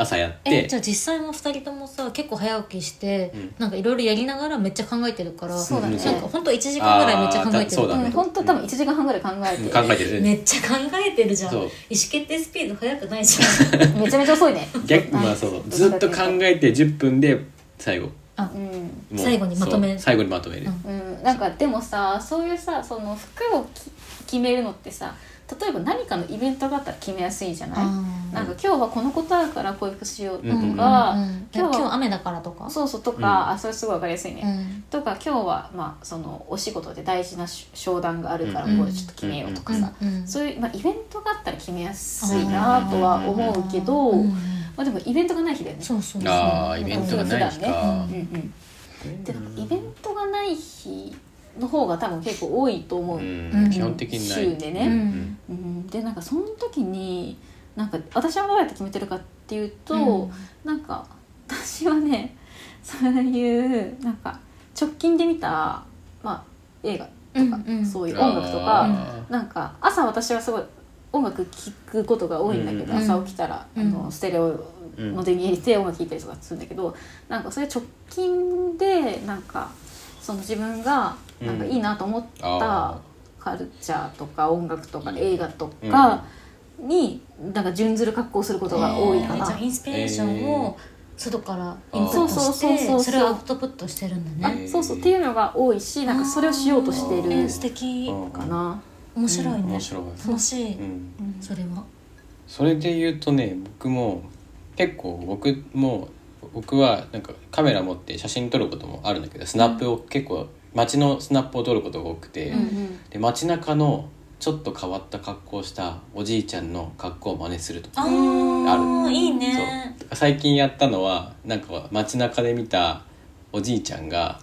Speaker 2: 朝やっ
Speaker 1: え
Speaker 2: て
Speaker 1: じゃあ実際も2人ともさ結構早起きして、
Speaker 2: うん
Speaker 1: なんかいろいろやりながらめっちゃ考えてるから
Speaker 4: そうだね
Speaker 1: なんかほんと1時間ぐらいめっちゃ考え
Speaker 2: あー
Speaker 1: て
Speaker 2: そ
Speaker 1: る
Speaker 2: うだ
Speaker 4: う
Speaker 2: ね
Speaker 4: ん本当多分1時間半ぐらい考えて、
Speaker 2: うん考えてるね
Speaker 1: めっちゃ考えてるじゃん意
Speaker 2: そう
Speaker 1: 思決定スピード速くないじゃ ん
Speaker 4: めちゃめちゃ遅いね
Speaker 2: 逆まあそうずっと考えて10分で最後も
Speaker 1: あ
Speaker 4: うん
Speaker 2: う
Speaker 1: 最後にまとめる
Speaker 2: そう最後にまとめる
Speaker 1: うん
Speaker 4: うん、なんかでもさそういうさその服をき決めるのってさ例えば何かのイベントがあったら決めやすいじゃない、
Speaker 1: あ
Speaker 4: なんか今日はこのことあるからこういう服しようと
Speaker 2: うん
Speaker 4: か、
Speaker 1: 今
Speaker 4: 今
Speaker 1: 日
Speaker 4: 日
Speaker 1: 雨だからとか
Speaker 4: そうそうとか、
Speaker 2: うん
Speaker 4: あそれすごいわかりやすいね、
Speaker 1: うん
Speaker 4: とか今日は、まあ、そのお仕事で大事なし商談があるから
Speaker 1: うん
Speaker 4: これちょっと決めようとかさ、
Speaker 1: うん
Speaker 4: そういう、まあ、イベントがあったら決めやすいなとは思うけど、
Speaker 1: うん
Speaker 4: まあ、でもイベントがない日だよね。
Speaker 1: そうそうそう
Speaker 2: あーイベントがない日か
Speaker 4: うんうんてかイベントがない日の方が多分結構多いと思う、
Speaker 2: うん
Speaker 1: うん
Speaker 2: 基本的にない
Speaker 4: 週でね
Speaker 2: うん
Speaker 4: うんでなんかその時になんか私はどうやって決めてるかっていうと、
Speaker 1: うん
Speaker 4: なんか私はねそういうなんか直近で見た、まあ、映画とか、
Speaker 1: うんうん
Speaker 4: そう
Speaker 2: う
Speaker 4: い
Speaker 2: ん
Speaker 4: う音楽と
Speaker 2: あ
Speaker 4: か
Speaker 2: ー
Speaker 4: なんか朝私はすごい音楽聴くことが多いんだけど、
Speaker 1: うん
Speaker 4: 朝起きたら、
Speaker 1: うん
Speaker 4: あのステレオ
Speaker 2: うん
Speaker 4: の電源入れて音楽聴いたりとかするんだけどなんかそれ直近でなんかその自分がなんかいいなと思った、
Speaker 2: あ
Speaker 4: カルチャーとか音楽とか映画と
Speaker 2: うん
Speaker 4: かに、なんか準ずる格好をすることが多い
Speaker 1: えーじゃ
Speaker 4: かな
Speaker 1: あイ。ンスピレーションを外からインプット
Speaker 4: そうそうそう
Speaker 1: し
Speaker 4: そう
Speaker 1: てそれをアウトプットしてるんだ
Speaker 4: あ
Speaker 1: ね
Speaker 4: そうそうっていうのが多いしなんかそれをしようとして
Speaker 1: えー
Speaker 4: る
Speaker 1: 素敵
Speaker 2: うん
Speaker 4: かな。
Speaker 1: 面白いね
Speaker 2: 面白い
Speaker 1: 楽しい
Speaker 2: うん
Speaker 4: うん
Speaker 1: それは
Speaker 2: それで言うとね僕も結構僕も僕はなんかカメラ持って写真撮ることもあるんだけどスナップを結構街のスナップを撮ることが多くて、
Speaker 1: うん
Speaker 2: で街中のちょっと変わった格好をしたおじいちゃんの格好を真似するとか
Speaker 1: あ
Speaker 2: あ
Speaker 1: ー
Speaker 2: る
Speaker 1: いいね
Speaker 2: 最近やったのはなんか街中で見たおじいちゃんが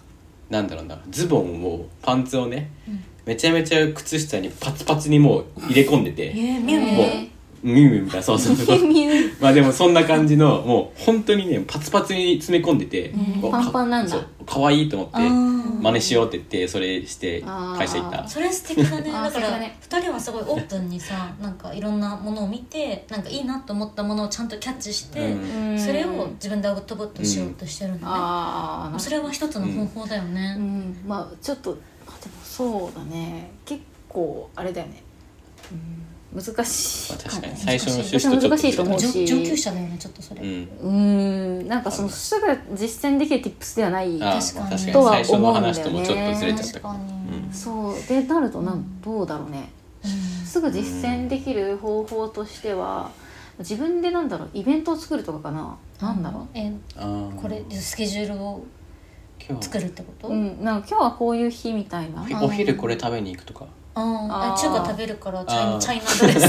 Speaker 2: なんだろうなズボンをパンツをね、
Speaker 1: うん
Speaker 2: めちゃめちゃ靴下にパツパツにもう入れ込んで
Speaker 1: え
Speaker 2: て
Speaker 1: ーミュウミ
Speaker 2: もう
Speaker 1: ュウ
Speaker 2: ミュウミュウみたいなそうそう そうまあでもそんな感じのもう本当にねパツパツに詰め込んでて、
Speaker 1: うん
Speaker 2: こう
Speaker 4: パンパンなんだ
Speaker 2: そう可愛いと思って
Speaker 1: あー
Speaker 2: 真似しようって言ってそれして
Speaker 4: あー
Speaker 2: 会社行った
Speaker 1: それ素敵だね
Speaker 4: あ
Speaker 1: だ
Speaker 4: ー
Speaker 1: か
Speaker 4: 素敵
Speaker 1: ら
Speaker 4: だね
Speaker 1: 2人はすごいオープンにさなんかいろんなものを見てなんかいいなと思ったものをちゃんとキャッチして、
Speaker 2: うん
Speaker 1: それを自分でアウトプットしようとしてるんだね、
Speaker 4: ああ
Speaker 1: それは一つの方法だよ
Speaker 4: う
Speaker 1: ね、
Speaker 4: んまあちょっとまあでもそうだね結構あれだよね、うん、難し
Speaker 2: ま
Speaker 4: い
Speaker 2: あ、確かに
Speaker 1: 難しい
Speaker 2: 最初の趣旨とちょっと
Speaker 4: 難しいと思う
Speaker 1: 上
Speaker 4: し
Speaker 1: 上級者だよねちょっとそれ、
Speaker 2: うん
Speaker 4: うんなんかそのすぐ実践できる tips ではない
Speaker 2: あ
Speaker 1: 確
Speaker 2: ー
Speaker 1: か
Speaker 2: ま
Speaker 1: に
Speaker 2: あ確かに
Speaker 1: とは
Speaker 2: 最初
Speaker 4: 思
Speaker 2: の
Speaker 4: うんだよね
Speaker 2: 話ともちょっとずれちゃった
Speaker 1: 確か
Speaker 2: うん
Speaker 1: に、
Speaker 4: そうでなるとなんどうだろうね
Speaker 1: うん
Speaker 4: すぐ実践できる方法としては自分でなんだろうイベントを作るとかかななんだろ
Speaker 1: え
Speaker 2: あー
Speaker 1: これスケジュールを
Speaker 2: 今日
Speaker 1: 作るってこと、
Speaker 4: う、うん、なんか今日はこういう日みたいな
Speaker 2: おお昼これ食べに行くとか
Speaker 1: あーあ
Speaker 4: あー
Speaker 1: 中華食べるからチ
Speaker 2: あ
Speaker 1: ャイ
Speaker 2: ー
Speaker 1: チャイナドレ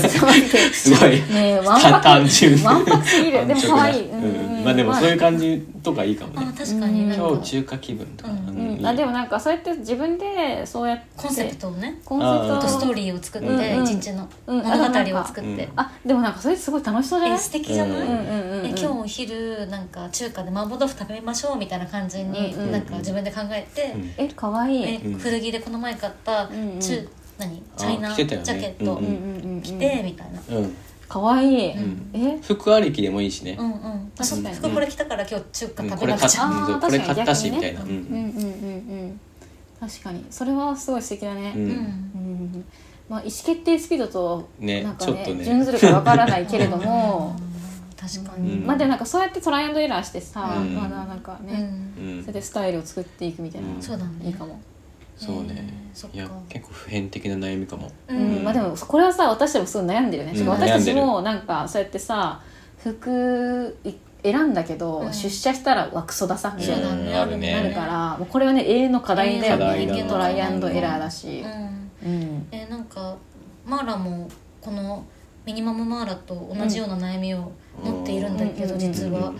Speaker 1: ス
Speaker 2: すごい
Speaker 4: ねえわん
Speaker 2: た
Speaker 4: ぱ
Speaker 2: 単純
Speaker 4: くわんぱくすぎるでも可愛い
Speaker 2: 単純なうんまあでもそういう感じとかいいかも
Speaker 1: あ
Speaker 2: ね
Speaker 1: ー確かになん
Speaker 2: 今
Speaker 1: か
Speaker 2: 日中華気分とか、
Speaker 1: うん
Speaker 4: うん、あでもなんかそうやって自分でそうやって
Speaker 1: コンセプトをね
Speaker 4: コンセ
Speaker 1: と
Speaker 4: プ
Speaker 1: ス
Speaker 4: ト
Speaker 1: トーリーを作って、
Speaker 2: うん
Speaker 4: うん
Speaker 1: 一日の
Speaker 4: うん
Speaker 1: 物語を作って、
Speaker 2: うん
Speaker 4: あでもなんかそれすごい楽しそうじゃな
Speaker 1: え
Speaker 4: い
Speaker 1: 素敵じゃない、
Speaker 2: うん
Speaker 4: うんうんうんうん
Speaker 1: え今日お昼なんか中華で麻婆豆腐食べましょうみたいな感じに、
Speaker 4: うんうん
Speaker 1: なんか自分で考えて、
Speaker 2: うん
Speaker 4: え可愛い
Speaker 1: え
Speaker 4: い
Speaker 2: うん
Speaker 1: 古着でこの前買った中、
Speaker 4: んうん
Speaker 1: 何チャイナ
Speaker 2: 着
Speaker 1: ジ
Speaker 2: てたよね
Speaker 1: ャケット
Speaker 2: うん
Speaker 4: うんうんうん
Speaker 1: 着てみたいな。
Speaker 2: うん
Speaker 4: 可愛いい、
Speaker 2: ん
Speaker 4: え
Speaker 2: 服ありきでもいいしね、
Speaker 1: うんうん、あそう
Speaker 4: 確かに
Speaker 1: 服これ着たから今日中華
Speaker 2: うん
Speaker 1: 食
Speaker 2: こ
Speaker 1: べ
Speaker 2: れ
Speaker 1: な
Speaker 2: 買
Speaker 1: く
Speaker 2: っ
Speaker 1: ち
Speaker 2: た
Speaker 1: ゃ、
Speaker 4: あー
Speaker 2: うんこれ買ったしみ
Speaker 4: 確
Speaker 2: た
Speaker 4: か
Speaker 2: い
Speaker 4: に
Speaker 2: な、
Speaker 1: ね
Speaker 2: う
Speaker 4: うんうん
Speaker 2: ん
Speaker 4: うんうん確かにそれはすごい素敵だね、
Speaker 2: う
Speaker 1: うんん
Speaker 4: うんまあ、意思決定スピードと
Speaker 2: ね
Speaker 4: なんか
Speaker 2: ちょっと
Speaker 4: ね
Speaker 2: ね
Speaker 4: 準ずるかわからないけれども
Speaker 1: うん、確か
Speaker 2: う
Speaker 1: に、
Speaker 2: ん
Speaker 4: まあでもなんか そうやってトライアンドエラーしてさ、
Speaker 2: うん
Speaker 4: まだなんか
Speaker 1: う
Speaker 4: ね、
Speaker 1: ん
Speaker 2: うん
Speaker 4: それでスタイルを作っていくみたいな、
Speaker 2: うん
Speaker 1: そうだね
Speaker 4: いいかも、
Speaker 2: そうね
Speaker 1: えーそっ
Speaker 2: いや
Speaker 1: か
Speaker 2: 結構普遍的な悩みかも
Speaker 1: う
Speaker 4: うんんまあ、でもこれはさ私たちもすごい悩んでるよね、
Speaker 2: うん
Speaker 4: 私た
Speaker 2: 悩ん
Speaker 4: ち
Speaker 2: でる
Speaker 4: もなんかそうやってさ服い選んだけど、
Speaker 1: うん
Speaker 4: 出社したらわクソださみ
Speaker 1: そ
Speaker 4: た
Speaker 1: う
Speaker 4: いな
Speaker 1: だ
Speaker 4: に
Speaker 1: ね
Speaker 2: うんあるね
Speaker 1: あ
Speaker 4: な
Speaker 1: ね
Speaker 4: るから、もうこれはね永遠の課題だよ
Speaker 2: 永
Speaker 4: ね
Speaker 2: 遠の課題だな
Speaker 4: トライアンドエラーだし、
Speaker 1: うん
Speaker 4: うん
Speaker 1: えーなんかマーラもこのミニマムマーラと同じような悩みを持っているんだけど、
Speaker 4: うん
Speaker 1: 実は、
Speaker 2: うんうん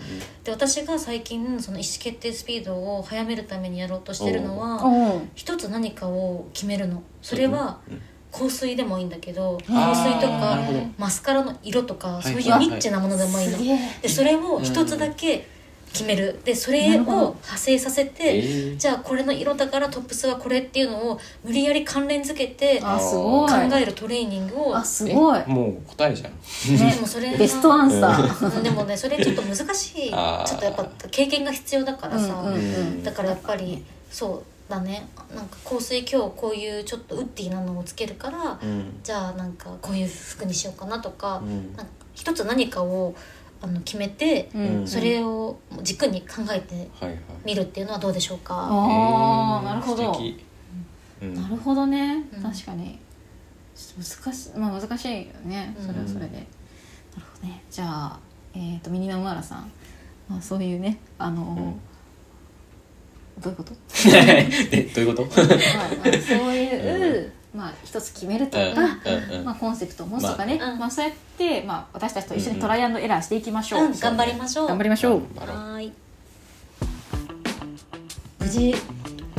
Speaker 1: で私が最近その意思決定スピードを早めるためにやろうとしてるのは
Speaker 4: うん
Speaker 1: 一つ何かを決めるのそれは
Speaker 2: うん
Speaker 1: 香水でもいいんだけど
Speaker 2: あ
Speaker 1: 香水
Speaker 2: ー
Speaker 1: と
Speaker 2: なるほど
Speaker 1: かマスカラの色とかそ
Speaker 2: い
Speaker 1: ういうニッチなものでもいいの、
Speaker 4: すげえ
Speaker 1: でそれを一つだけ決めるでそれを派生させて、
Speaker 2: えー
Speaker 1: じゃあこれの色だからトップスはこれっていうのを無理やり関連づけて考
Speaker 4: あすごい
Speaker 1: えるトレーニングを
Speaker 4: あすごい
Speaker 2: えもう答えじゃん
Speaker 1: ね、もうそれが
Speaker 4: ベストアンサー
Speaker 1: うんでもねそれちょっと難しいちょ
Speaker 2: あー
Speaker 1: っとやっぱ経験が必要だからさ、
Speaker 4: うんうん
Speaker 1: だからやっぱりそうだねなんか香水今日こういうちょっとウッディなのをつけるから、
Speaker 2: うん
Speaker 1: じゃあなんかこういう服にしようかなとか,、
Speaker 2: うん
Speaker 1: なんか一つ何かをあの決めて、
Speaker 2: ん
Speaker 1: それを軸に考えて
Speaker 2: はいはい
Speaker 1: みるっていうのはどうでしょうか。
Speaker 4: ああ、
Speaker 2: えー
Speaker 4: なるほど
Speaker 2: 素敵うん
Speaker 4: なるほどね、
Speaker 1: うん
Speaker 4: 確かに難しいまあ難しいよねそれはそれで、なるほどねじゃあ、えー、とミニマムアラさん、まあ、そういうねあの、どういうこと
Speaker 2: えどういうこと
Speaker 4: まあまあそういう、まあ、一つ決めるとか、
Speaker 2: うんうんうん
Speaker 4: まあ、コンセプトを持つとか
Speaker 1: ま
Speaker 4: ね、ま
Speaker 1: あ
Speaker 4: あ
Speaker 1: うん
Speaker 4: そうやって、まあ、私たちと一
Speaker 2: うん
Speaker 4: 緒
Speaker 2: う
Speaker 4: に
Speaker 2: ん
Speaker 4: トライアンドエラーしていきましょう、
Speaker 1: うん、頑張りましょう。
Speaker 4: 頑張りましょう
Speaker 2: 頑張ろう
Speaker 1: はーい。無事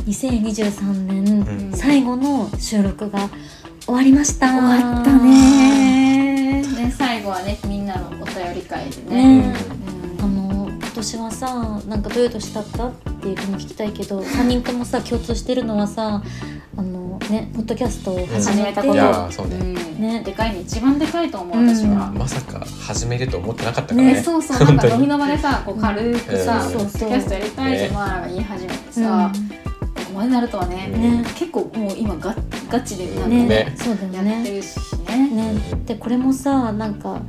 Speaker 1: 2023年、
Speaker 2: うん
Speaker 1: 最後の収録が終わりました。
Speaker 4: 終わったねね最後はねみんなのお便り会でね
Speaker 1: ね
Speaker 4: うん
Speaker 1: あの今年はさなんかどういう年だったっていうの聞きたいけど3人ともさ共通してるのはさあのねポッドキャストを始
Speaker 4: 始
Speaker 1: め
Speaker 4: め
Speaker 1: て、
Speaker 4: たこと
Speaker 2: いやーそうね
Speaker 4: うん
Speaker 1: ね
Speaker 4: でかいね一番でかいと思う
Speaker 1: うん
Speaker 4: 私は、
Speaker 2: まさか始めると思ってなかったからね
Speaker 4: ね、そうそうなん
Speaker 2: 本当に
Speaker 4: か飲みの場でさこう軽くさ
Speaker 2: うん
Speaker 4: ポッドキャストやりたいって
Speaker 2: ね
Speaker 4: マーラが言い始めて
Speaker 1: うん
Speaker 4: さ、ここまでなるとはね、
Speaker 1: ね
Speaker 4: 結構もう今ガガチでなんか
Speaker 1: ね
Speaker 2: ね
Speaker 1: そうだよね
Speaker 4: やってるしね
Speaker 1: ね
Speaker 2: うん
Speaker 1: でこれもさなんか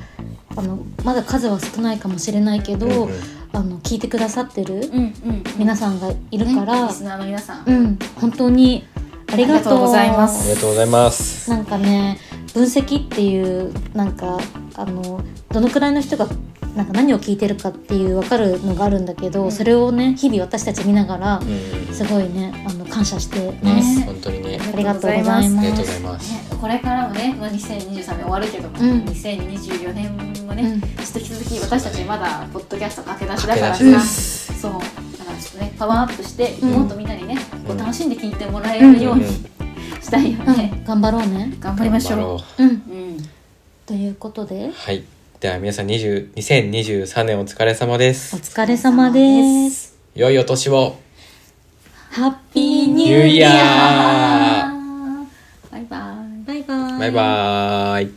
Speaker 1: あのまだ数は少ないかもしれないけど、
Speaker 2: うんうん
Speaker 1: あの聞いてくださってる
Speaker 4: うんうん
Speaker 1: 皆さんがいるから、
Speaker 4: ねリスナーの皆さん、
Speaker 1: うん本当にありがとう
Speaker 4: ありがとうございま
Speaker 2: あ
Speaker 4: す
Speaker 2: りがとうございます
Speaker 1: なんかね分析っていうなんかあのどのくらいの人がなんか何を聞いてるかっていう分かるのがあるんだけど、
Speaker 4: うん
Speaker 1: それをね日々私たち見ながら
Speaker 2: うんうん
Speaker 1: すごいねあの感謝してま
Speaker 2: ね
Speaker 1: す、
Speaker 4: ね
Speaker 2: 本当にね
Speaker 1: ありがとうござい
Speaker 2: あ
Speaker 1: ま
Speaker 2: り
Speaker 1: す
Speaker 2: がとうございます
Speaker 4: ねこれからもね、まあ、2023年終わるけども、
Speaker 1: うん
Speaker 4: 2024年も
Speaker 1: う
Speaker 4: ね、
Speaker 1: ん
Speaker 4: ちょっと引き続き私たちまだポッドキャスト駆け出しだからさ、
Speaker 2: 駆け出しで
Speaker 4: そうだからちょっとねパワーアップして、
Speaker 1: うん
Speaker 4: もっとみんなにねこ
Speaker 2: うん
Speaker 4: う楽しんで聞いてもらえるように
Speaker 2: うん
Speaker 4: したいよ
Speaker 1: う
Speaker 4: ね、
Speaker 1: ん、頑張ろうね
Speaker 4: 頑張りまし
Speaker 2: 頑張ろ
Speaker 4: ょ
Speaker 2: う
Speaker 1: うん
Speaker 4: ううん
Speaker 1: ということで
Speaker 2: はい。では皆さん20 2023年お疲れ様で
Speaker 1: お
Speaker 2: す。
Speaker 1: 疲れ様です
Speaker 2: 良いお年を。
Speaker 1: ハッピーニュー
Speaker 2: ニューイヤー。
Speaker 4: あーバイバイ
Speaker 1: バイバイ
Speaker 2: バイバーイ。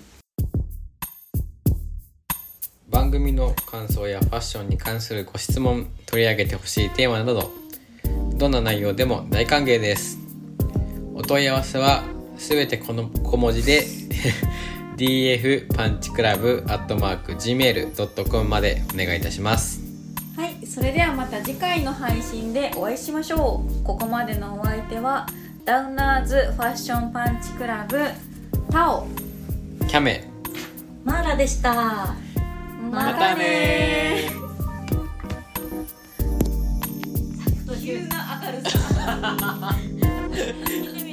Speaker 2: 番組の感想やファッションに関するご質問、取り上げてほしいテーマなど、どんな内容でも大歓迎です。お問い合わせはすべてこの小文字で df パンチクラブアットマーク gmail.com までお願いいたします。
Speaker 5: はい、それではまた次回の配信でお会いしましょう。ここまでのお相手はダウナーズファッションパンチクラブタオ
Speaker 2: キャメ。
Speaker 1: マーラでした
Speaker 5: またねー。
Speaker 2: またね ー
Speaker 5: 急な明るさ。見てみる